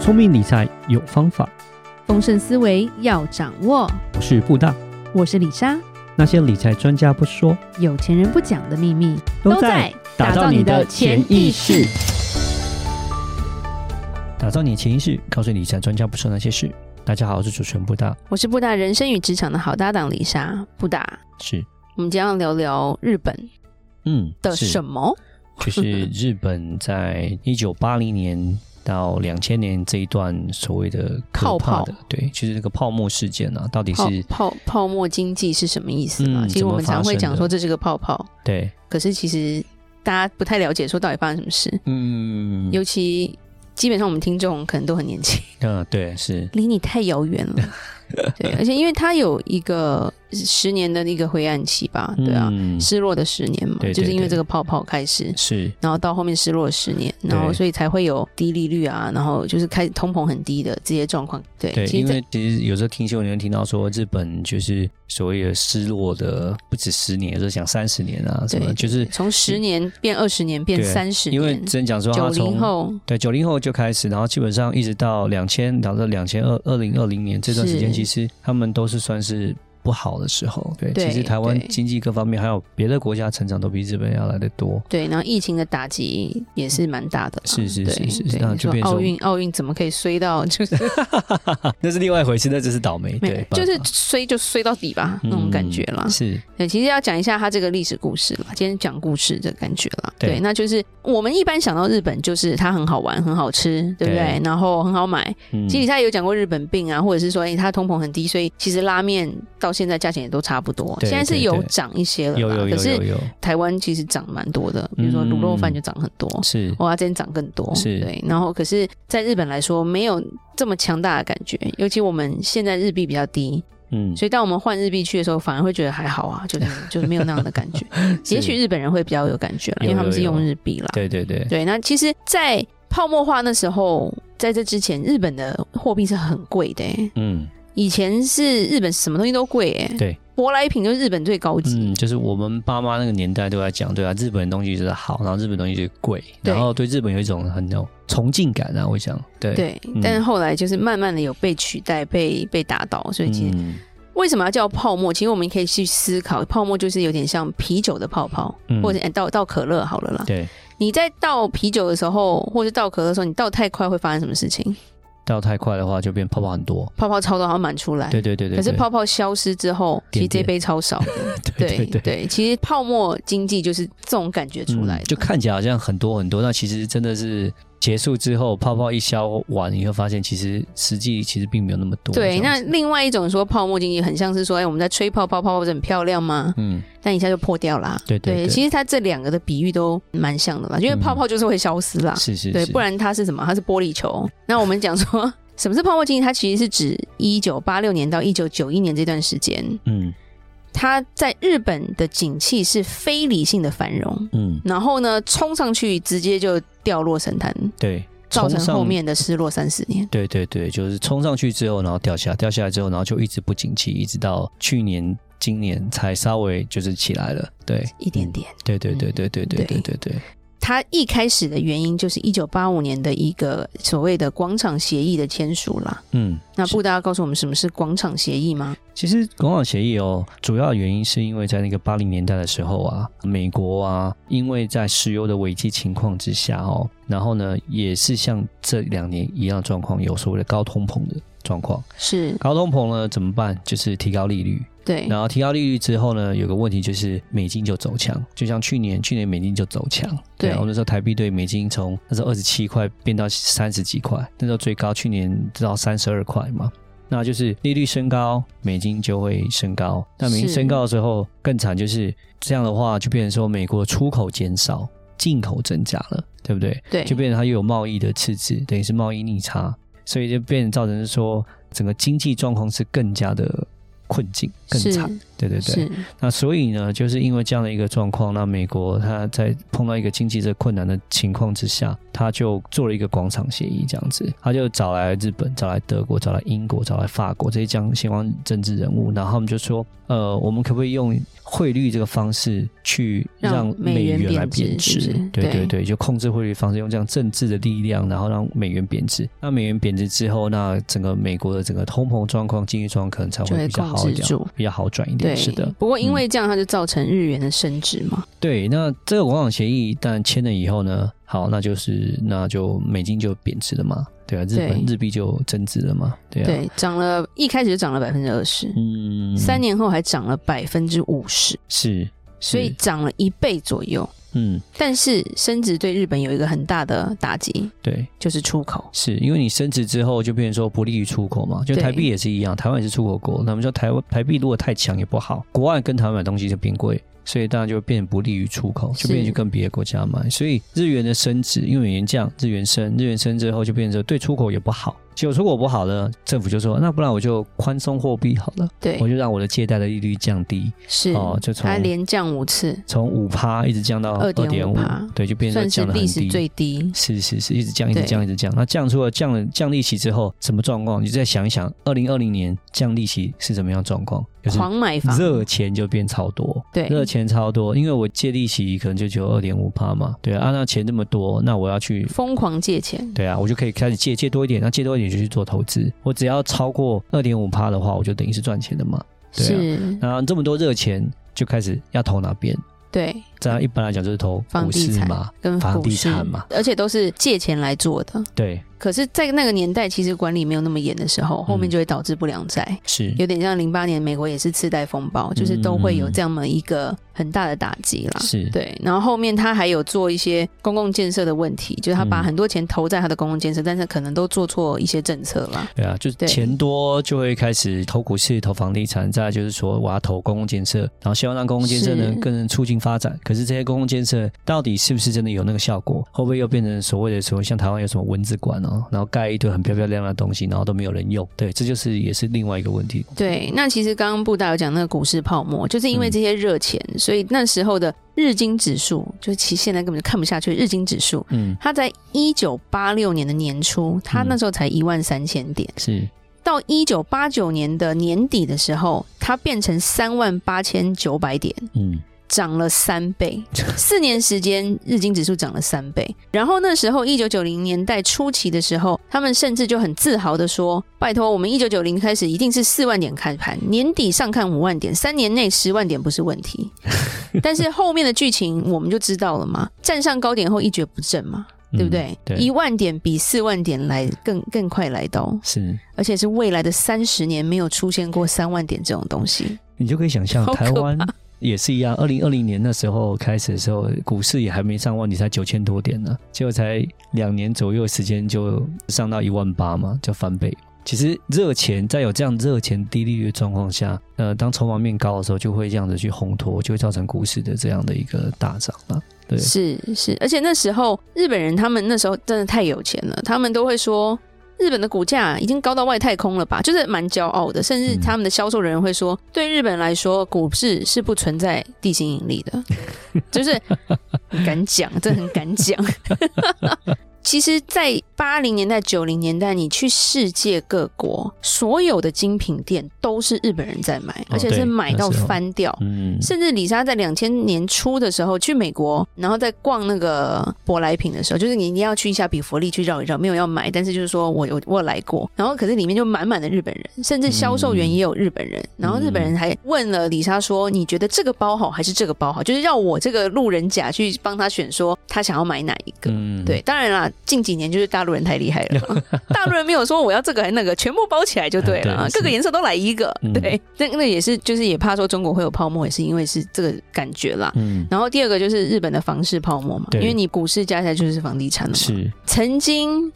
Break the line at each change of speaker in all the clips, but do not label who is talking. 聪明理财有方法，
丰盛思维要掌握。
我是布大。
我是李莎，
那些理财专家不说，
有钱人不讲的秘密
打造你的潜意识，，打造你的潜意识，告诉你理财专家不说那些事。大家好，我是主持人布大，
我是布达人生与职场的好搭档李莎。布达，
是
我们今天要聊聊日本
嗯
的
是
什么？
就是日本在一九八零年到两千年这一段所谓的可怕的，对，就是那个泡沫事件啊，到底
泡
是
泡泡沫经济是什么意思嘛？
嗯
其实我们
怎么
常
发生的
会讲说这是个泡泡，
对，
可是其实大家不太了解说到底发生什么事，
嗯，
尤其。基本上我们听众可能都很年 轻，
嗯，对，是，
离你太遥远了。对，而且因为它有一个十年的一个灰暗期吧，对啊，
嗯、
失落的十年嘛，
对对
就是因为
对
这个泡泡开始，
是，
然后到后面失落了十年，
对
然后所以才会有低利率啊，然后就是开始通膨很低的这些状况。对，
对，
其
因
实
为其实有时候听新闻，你会听到说日本就是所谓的失落的不止十年，有时候讲三十年啊
这
什么的，就是
从十年变二十年变
对
三十
因为
年，
之前讲说
九
他
零
从
后
对九零后就开始，然后基本上一直到两千，到到两千二二零二零年这段时间，
是
其实他们都是算是。不好的时候，对，
对
其实台湾
对
经济各方面还有别的国家成长都比日本要来的多，
对，然后疫情的打击也是蛮大的嘛，啊
是是
对
是是
对
那
你
就
说
变成
奥运奥运怎么可以衰 到就是
那是另外一回事，那只是倒霉，对
没，就是
办法
衰就衰到底吧那种感觉啦
嗯。是，
对，其实要讲一下它这个历史故事啦，今天讲故事的感觉啦。
对
对，那就是我们一般想到日本，就是它很好玩、很好吃，对不对？
对
然后很好买。
嗯
其实他也有讲过日本病啊，或者是说，哎、它通膨很低，所以其实拉面到现在价钱也都差不多。
对
现在是
对
有
对
涨一些了啦，
有有有
可
有
是
有
台湾其实涨蛮多的，比如说
嗯
卤肉饭就涨很多。
是，
哇，它之前涨更多，
是
对。然后，可是，在日本来说，没有这么强大的感觉，尤其我们现在日币比较低，
嗯，
所以当我们换日币去的时候，反而会觉得还好 啊，就是就是没有那样的感觉。也许日本人会比较有感觉啦，
有
因为他们是
有有
用日币啦。
对对对，
对，那其实，在泡沫化那时候，在这之前，日本的货币是很贵的、欸。
嗯
以前是日本什么东西都贵、欸，
对，
舶来品就是日本最高级。
嗯，就是我们爸妈那个年代都在讲，对啊，日本的东西就是好，然后日本东西就是贵，
对
然后对日本有一种很那种崇敬感啊，我想，对，
对，
嗯
但是后来就是慢慢的有被取代、被被打倒，所以其实
嗯
为什么要叫泡沫？其实我们可以去思考，泡沫就是有点像啤酒的泡泡，
嗯
或者哎倒倒可乐好了啦。
对，
你在倒啤酒的时候，或是倒可乐的时候，你倒太快会发生什么事情？
倒太快的话就变泡泡很多，
泡泡超多，好像满出来。
对对对对，
哎可是
对
泡泡消失之后，其实
点
这
点
杯超少的。
对对
对对，其实泡沫经济就是这种感觉出来
嗯
的。
就看起来好像很多很多，那其实真的是结束之后泡泡一消完，你会发现其实实际其实并没有那么多，
对，
这样
那
子
另外一种说泡沫经济，很像是说，哎，我们在吹泡泡，泡泡不是很漂亮吗？
嗯，
但一下就破掉啦。
对对对
其实它这两个的比喻都蛮像的啦，因为
嗯
泡泡就是会消失啦。
是是
啊对，
是
不然它是什么？它是玻璃球。那我们讲说 什么是泡沫经济，它其实是指一九八六年到一九九一年这段时间，
嗯
它在日本的景气是非理性的繁荣，
嗯
然后呢冲上去直接就掉落神坛，
对，
造成
冲上
后面的失落三十年。
对对对，就是冲上去之后，然后掉下来，掉下来之后，然后就一直不景气，一直到去年、今年才稍微就是起来了。对，
一点点，
对对对
嗯
对对对对对对，
它一开始的原因就是一九八五年的一个所谓的广场协议的签署啦。
嗯。
那布达告诉我们什么是广场协议吗？
其实广场协议哦，主要的原因是因为在那个八零年代的时候啊，美国啊，因为在石油的危机情况之下哦，然后呢，也是像这两年一样的状况，有所谓的高通膨的状况。
是
高通膨呢怎么办？就是提高利率。
对
然后提高利率之后呢，有个问题就是美金就走强，就像去年，去年美金就走强。
对
然后那时候台币对美金从那时候二十七块变到三十几块，那时候最高去年到三十二块嘛。那就是利率升高，美金就会升高。那美金
是
升高的时候更惨，就是这样的话就变成说美国出口减少，进口增加了，对不对？
对，
就变成它又有贸易的赤字，等于是贸易逆差，所以就变成造成是说整个经济状况是更加的困境、更
是
惨。对对对。
是
那所以呢，就是因为这样的一个状况，那美国它在碰到一个经济这困难的情况之下，它就做了一个广场协议，这样子，它就找来日本、找来德国、找来英国、找来法国这些相相关政治人物，然后他们就说，呃，我们可不可以用汇率这个方式去
让
让美
美元
元来
贬
贬
值
值？
是不是
对
对
对对，就控制汇率方式，用这样政治的力量，然后让美元贬值。那美元贬值之后，那整个美国的整个通膨状况、经济状况可能才
就
会
会
比较
控
好一
制
点
住，
比较好转一
对，
点。是的。
不过因为这样，它就造成日元的升值嘛。
对，那这个广场协议，但签了以后呢，好，那就是那就美金就贬值了嘛，对啊，日本
对
日币就增值了嘛，对啊，，
对，涨了，一开始就涨了百分之二十，
嗯，
三年后还涨了百分之五十，
是，
所以
是
涨了一倍左右。
嗯，
但是升值对日本有一个很大的打击，
对，
就是出口。
是因为你升值之后就变成说不利于出口嘛，就
对
台币也是一样，台湾也是出口国，那我们说台湾台币如果太强也不好，国外跟台湾买东西就变贵。所以当然就变得不利于出口，
是
就变成去跟别的国家买。所以日元的升值，因为美元降，日元升，日元升之后就变成说对出口也不好。结果出口不好呢，政府就说那不然我就宽松货币好了，
对
我，就让我的借贷的利率降低，
是，
哦就从
它连降五次，
从五趴一直降到二点五
2.5%，
对，就变成说
算是
降得很
历史
低。
最低。
是是是，一直降，一直
对
降，一直降。那降出了降了降利息之后，什么状况？你再想一想，二零二零年降利息是什么样状况？就是
狂买房，
热钱就变超多，
对
热钱超多，因为我借利息可能就只有二点五趴嘛，对啊，啊那钱这么多，那我要去。
疯狂借钱，
对啊，我就可以开始借，借多一点，那借多一点就去做投资。我只要超过二点五趴的话，我就等于是赚钱的嘛。对啊
是，
然后这么多热钱，就开始要投哪边？
对，
这样一般来讲就是投
房
股
地
市
产
嘛，
跟
房
股
地
市
产嘛，
而且都是借钱来做的。
对，
可是，在那个年代，其实管理没有那么严的时
嗯
候，后面就会导致不良债。
是
有点像零八年美国也是次贷风暴，就是都会
嗯
有这么一个很大的打击啦。
是，
对，然后后面他还有做一些公共建设的问题，就是他把
嗯
很多钱投在他的公共建设，但是可能都做错一些政策啦。
对啊，就是
对
钱多就会开始投股市、投房地产，再来就是说我要投公共建设，然后希望让公共建设呢
是
更能促进发展。可是这些公共建设到底是不是真的有那个效果？会不会又变成所谓的说像台湾有什么蚊子馆哦，然后盖一堆很漂漂亮亮的东西，然后都没有人用？对，这就是也是另外一个问题。
对，那其实刚刚布大有讲那个股市泡沫，就是
嗯
因为这些热钱，所以那时候的日经指数，就是其实现在根本就看不下去。日经指数，
嗯，
它在一九八六年的年初，它
嗯
那时候才一万三千点，
是
到一九八九年的年底的时候，它变成三万八千九百点。
嗯
涨了三倍，四年时间，日经指数涨了三倍。然后那时候，一九九零年代初期的时候，他们甚至就很自豪的说：“拜托，我们一九九零开始一定是四万点看盘，年底上看五万点，三年内十万点不是问题。”但是后面的剧情我们就知道了嘛，站上高点后一蹶不振嘛，对不对
嗯？对
一万点比四万点来更更快来到，
是。
而且是未来的三十年没有出现过三万点这种东西。
你就可以想象
好可怕
台湾也是一样，二零二零年那时候开始的时候，股市也还没上万，你才九千多点呢、结果才两年左右时间就上到一万八嘛，就翻倍。其实热钱在有这样热钱低利率的状况下，呃，当筹码面高的时候，就会这样子去烘托，就会造成股市的这样的一个大涨啊。对，
是是，而且那时候日本人他们那时候真的太有钱了，他们都会说日本的股价已经高到外太空了吧，就是蛮骄傲的，甚至
嗯
他们的销售人员会说，对日本来说，股市是不存在地心引力的，就是很敢讲，真的很敢讲。 其实，在八零年代、九零年代，你去世界各国，所有的精品店都是日本人在买，而且
哦
是
对
买
那
到
时候
翻掉。
嗯，
甚至李莎在两千年初的时候去美国，然后在逛那个舶来品的时候，就是你一定要去一下比佛利去绕一绕，没有要买，但是就是说我有我有来过，然后可是里面就满满的日本人，甚至销售员也有日本人，然后日本人还问了李莎说：“你觉得这个包好还是这个包好？”就是要我这个路人甲去帮他选，说他想要买哪一个。
嗯
对，，当然啦，近几年就是大陆人太厉害 了嘛，大陆人没有说我要这个还是那个，全部包起来就对了，
对是
各个颜色都来一个。
嗯
对，那那也是就是也怕说中国会有泡沫，也是因为是这个感觉啦。
嗯，
然后第二个就是日本的房市泡沫嘛，因
对
为你股市加起来就是房地产了嘛。
是，
曾经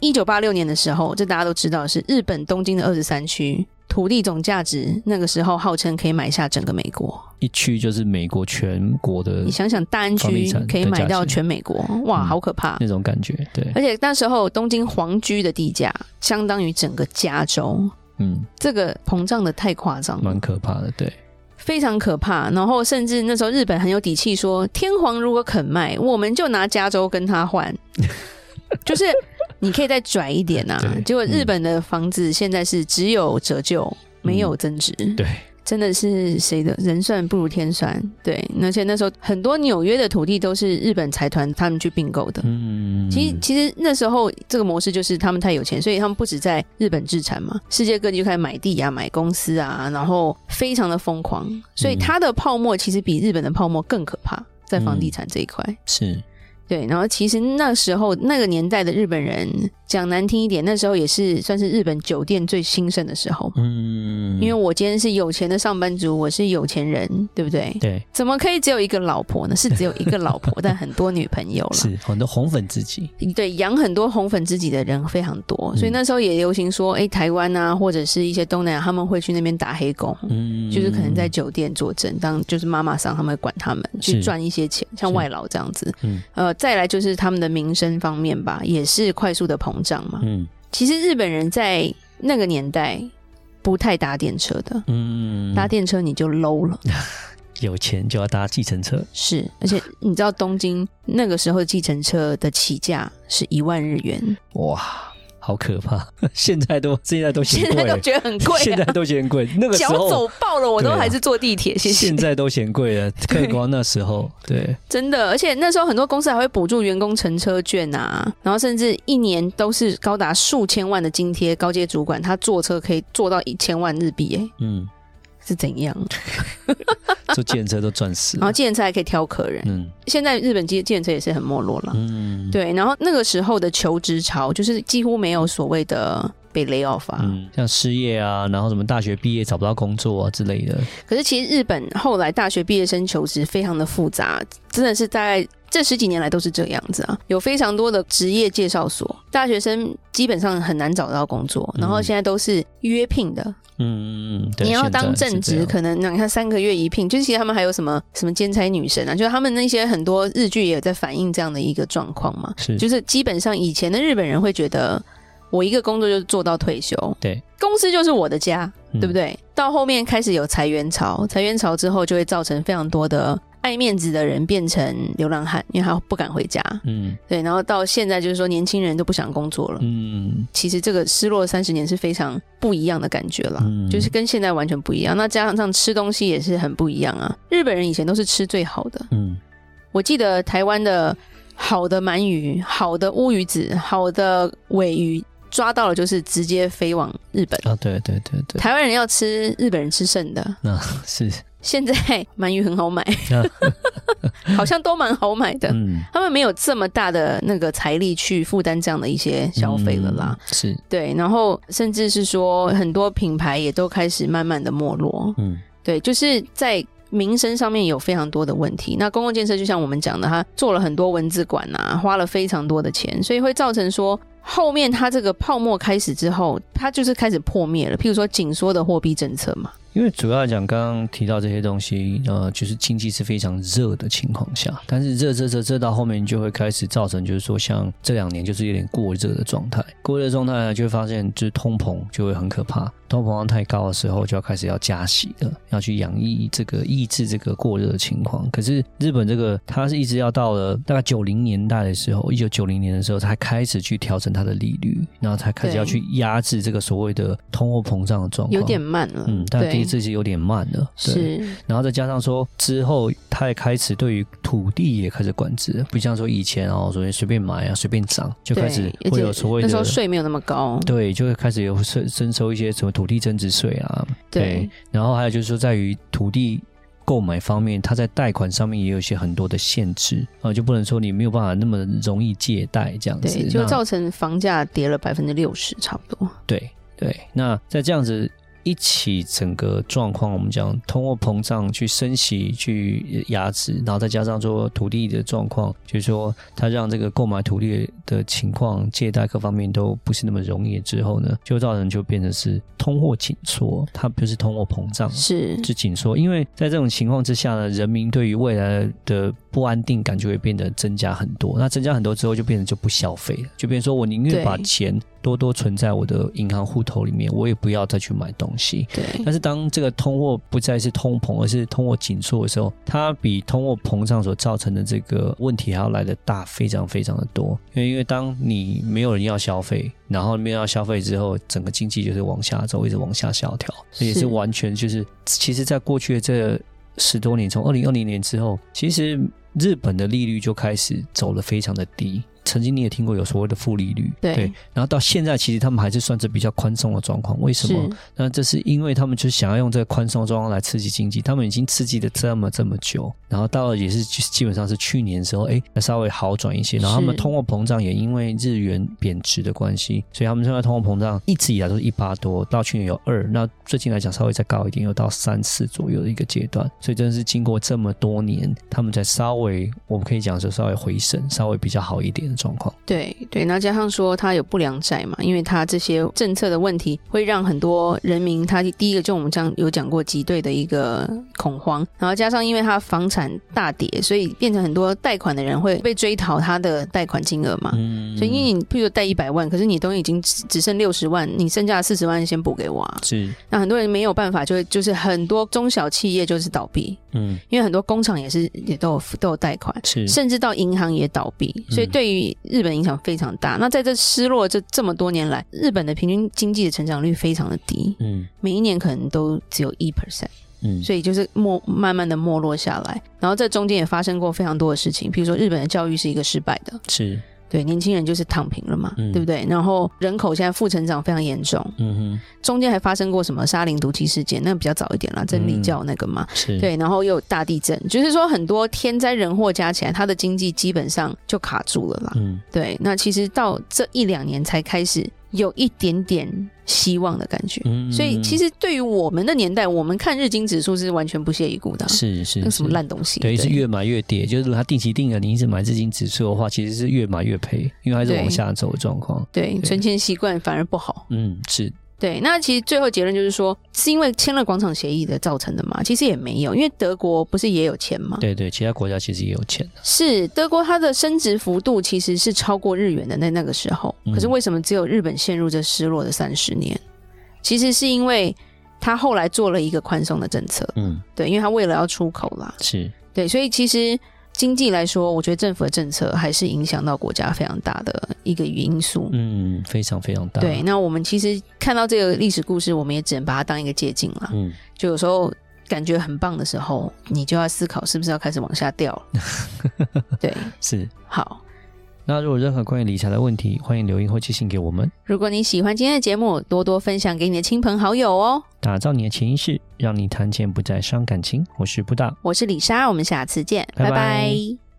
一九八六年的时候，这大家都知道是日本东京的二十三区土地总价值，那个时候号称可以买下整个美国。
一区就是美国全国的
你想想，大安
呃房地
区
产
可以
的
买
价
到
钱
全美国，哇，
嗯
好可怕！
那种感觉，对，
而且那时候东京皇居的地价相当于整个加州，
嗯，
这个膨胀的太夸张了
蛮。可怕的，对，
非常可怕。然后甚至那时候日本很有底气说，天皇如果肯卖，我们就拿加州跟 他换，就是你可以再拽一点啊
对。嗯
结果日本的房子现在是只有折旧，没有增值。
嗯对，
真的是谁的人算不如天算，对，而且那时候很多纽约的土地都是日本财团他们去并购的。
嗯，
其实，其实那时候这个模式就是他们太有钱，所以他们不止在日本置产嘛，世界各地就开始买地啊、买公司啊，然后非常的疯狂。
嗯
所以它的泡沫其实比日本的泡沫更可怕，在房
嗯
地产这一块。
是
对，然后其实那时候那个年代的日本人，讲难听一点，那时候也是算是日本酒店最兴盛的时候。
嗯，
因为我今天是有钱的上班族，我是有钱人，对不对？
对
怎么可以只有一个老婆呢？是只有一个老婆，但很多女朋友了。
是很多红粉知己，
对，养很多红粉知己的人非常
嗯
多，所以那时候也流行说，哎，台湾啊，或者是一些东南亚，他们会去那边打黑工。
嗯，
就是可能在酒店做正当，就是妈妈桑他们会管他们去
是
赚一些钱，像
是
外劳这样子。
嗯
呃，再来就是他们的民生方面吧，也是快速的膨胀嘛。
嗯
其实日本人在那个年代不太搭电车的，
嗯，
搭电车你就 low 了。
有钱就要搭计程车，
是，而且你知道东京那个时候计程车的起价是一万日 元，
哇，好可怕！ 现在都现在都嫌
现在
贵
都
了，
觉得很贵、
现在
啊，
都嫌贵，那个时
脚
候
走爆了，我都
对啊
还是坐地铁，谢谢
现。在都嫌贵 了，
对
更何况那时候，对，
真的，而且那时候很多公司还会补助员工乘车券啊，然后甚至一年都是高达数千万的津贴，高阶主管他坐车可以坐到一千万日币、欸，
嗯，
是怎样？
坐计程车都赚死
然后
了，
计程车还可以挑客人，
嗯
现在日本计计程车也是很没落了。
嗯，
对，然后那个时候的求职潮就是几乎没有所谓的被 lay off 啊，
嗯，像失业啊，然后什么大学毕业找不到工作啊之类的，
可是其实日本后来大学毕业生求职非常的复杂，真的是大概这十几年来都是这样子啊，有非常多的职业介绍所，大学生基本上很难找到工作，
嗯
然后现在都是约聘的，
嗯嗯嗯，对
你要当
现在
正
是这
职，
样
可能你看三个月一聘，就是其实他们还有什么什么兼差女神啊，就是他们那些很多日剧也有在反映这样的一个状况嘛，
是
就是基本上以前的日本人会觉得。我一个工作就做到退休，
对，
公司就是我的家，
嗯
对不？对？到后面开始有裁员潮，裁员潮之后就会造成非常多的爱面子的人变成流浪汉，因为他不敢回家。
嗯
对，然后到现在就是说年轻人都不想工作了。
嗯
其实这个失落三十年是非常不一样的感觉啦，
嗯
就是跟现在完全不一样。那加上吃东西也是很不一样啊。日本人以前都是吃最好的，
嗯
我记得台湾的好的鳗鱼、好的乌鱼子、好的尾鱼，抓到了就是直接飞往日本。
啊，对对对 对，
台湾人要吃日本人吃剩的，
那是
现在鳗鱼很 好买，
啊
好像都蛮好 买的。
嗯
他们没有这么大的那个财力去负担这样的一些消费了啦，，
嗯是
对，然后甚至是说很多品牌也都开始慢慢的没落，
嗯
对，就是在民生上面有非常多的问题。那公共建设就像我们讲的，他做了很多文字馆啊，花了非常多的钱，所以会造成说后面它这个泡沫开始之后，它就是开始破灭了。譬如说紧缩的货币政策嘛，
因为主要来讲，刚刚提到这些东西，呃，就是经济是非常热的情况下，但是热热热热到后面就会开始造成，就是说像这两年就是有点过热的状态，过热的状态呢，就会发现就是通膨就会很可怕，通膨太高的时候就要开始要加息了，要去养抑这个抑制这个过热的情况。可是日本这个它是一直要到了大概九零年代的时候，一九九零年的时候才开始去调整它的利率，然后才开始
对
要去压制这个所谓的通货膨胀的状况，
有点慢了，
嗯，但
对
第一次是有点慢了，对。
是。
然后再加上说之后，他也开始对于土地也开始管制了，不像说以前哦，昨天随便买啊，随便涨，就
对，
开始
而
会
且
有所谓
那时
的
候。税没有那么高，
对，就会开始有征征收一些什么土地增值税啊，
对
然后还有就是说，在于土地购买方面，它在贷款上面也有一些很多的限制啊、呃就不能说你没有办法那么容易借贷这样子。
对，就
那
造成房价跌了百分之六十，差不多。
对对，那在这样子一起整个状况，我们讲通货膨胀去升息去压制，然后再加上说土地的状况，就是说它让这个购买土地的情况、借贷各方面都不是那么容易之后呢，就造成就变成是通货紧缩，它不是通货膨胀。
是，
是紧缩，因为在这种情况之下呢，人民对于未来的不安定感就会变得增加很多。那增加很多之后，就变成就不消费了，就变成说我宁
对
愿把钱多多存在我的银行户头里面，我也不要再去买东西。
对，
但是当这个通货不再是通膨，而是通货紧缩的时候，它比通货膨胀所造成的这个问题还要来得大，非常非常的多。因为因为当你没有人要消费，然后没有要消费之后，整个经济就是往下走，一直往下萧条，
是
这也是完全就是，其实在过去的这十多年，从二零二零年之后，其实日本的利率就开始走得非常的低。曾经你也听过有所谓的负利率，
对
然后到现在其实他们还是算是比较宽松的状况，为什么？
是
那这是因为他们就想要用这个宽松状况来刺激经济，他们已经刺激了这么这么久，然后到了也是基本上是去年的时候，哎，那稍微好转一些，然后他们
是
通货膨胀也因为日元贬值的关系，所以他们现在通货膨胀一直以来都是一八多，到去年有二，那最近来讲稍微再高一点，有到三四左右的一个阶段，所以真的是经过这么多年，他们才稍微我们可以讲说稍微回升，稍微比较好一点的状况。
对对，那加上说他有不良债嘛，因为他这些政策的问题会让很多人民，他第一个就我们这样有讲过挤兑的一个恐慌，然后加上因为他房产大跌，所以变成很多贷款的人会被追讨他的贷款金额嘛。
嗯
所以，因为你譬如说贷一百万，可是你东西已经只只剩六十万，你剩下四十万先补给我、啊。
是
那很多人没有办法，就会就是很多中小企业就是倒闭，
嗯
因为很多工厂也是也都有都有贷款，
是
甚至到银行也倒闭，所以
嗯
对于日本影响非常大。那在这失落这这么多年来，日本的平均经济的成长率非常的低，
嗯
每一年可能都只有一 percent，
嗯
所以就是没慢慢的没落下来。然后这中间也发生过非常多的事情，比如说日本的教育是一个失败的，
是
对年轻人就是躺平了嘛，
嗯
对不对？然后人口现在负成长非常严重，
嗯哼
中间还发生过什么沙林毒气事件，那比较早一点啦，真理教那个嘛，
是
对，然后又有大地震，就是说很多天灾人祸加起来，它的经济基本上就卡住了啦。
嗯。
对，那其实到这一两年才开始有一点点希望的感觉。
嗯
所以其
实
实对于我们的年代，我们看日经指数是完全不屑一顾的啊、
是是
那个什么
是
烂东西，
对，是越买越跌，就是如果它定期定额，你一直买日经指数的话，其实是越买越赔，因为它是
对
往下走的状况。
对
对
存钱习惯反而不好。
嗯，是，
对，那其实最后结论就是说，是因为签了广场协议的造成的嘛？其实也没有，因为德国不是也有签吗？
对对，其他国家其实也有钱的，
是德国，它的升值幅度其实是超过日元的。那那个时候，
嗯
可是为什么只有日本陷入这失落的三十年？其实是因为它后来做了一个宽松的政策，
嗯，
对，因为它为了要出口啦，
是，
对，所以其实经济来说，我觉得政府的政策还是影响到国家非常大的一个因素。
嗯，非常非常大，
对，，那我们其实看到这个历史故事，我们也只能把它当一个借鉴啦。
嗯，
就有时候感觉很棒的时候，你就要思考是不是要开始往下掉了。 对，
是。
好。
那如果有任何关于理财的问题，欢迎留言或寄信给我们，
如果你喜欢今天的节目，多多分享给你的亲朋好友哦。
打造你的潜意识，让你谈钱不再伤感情。我是布大，
我是李莎，我们下次见，
拜拜
拜拜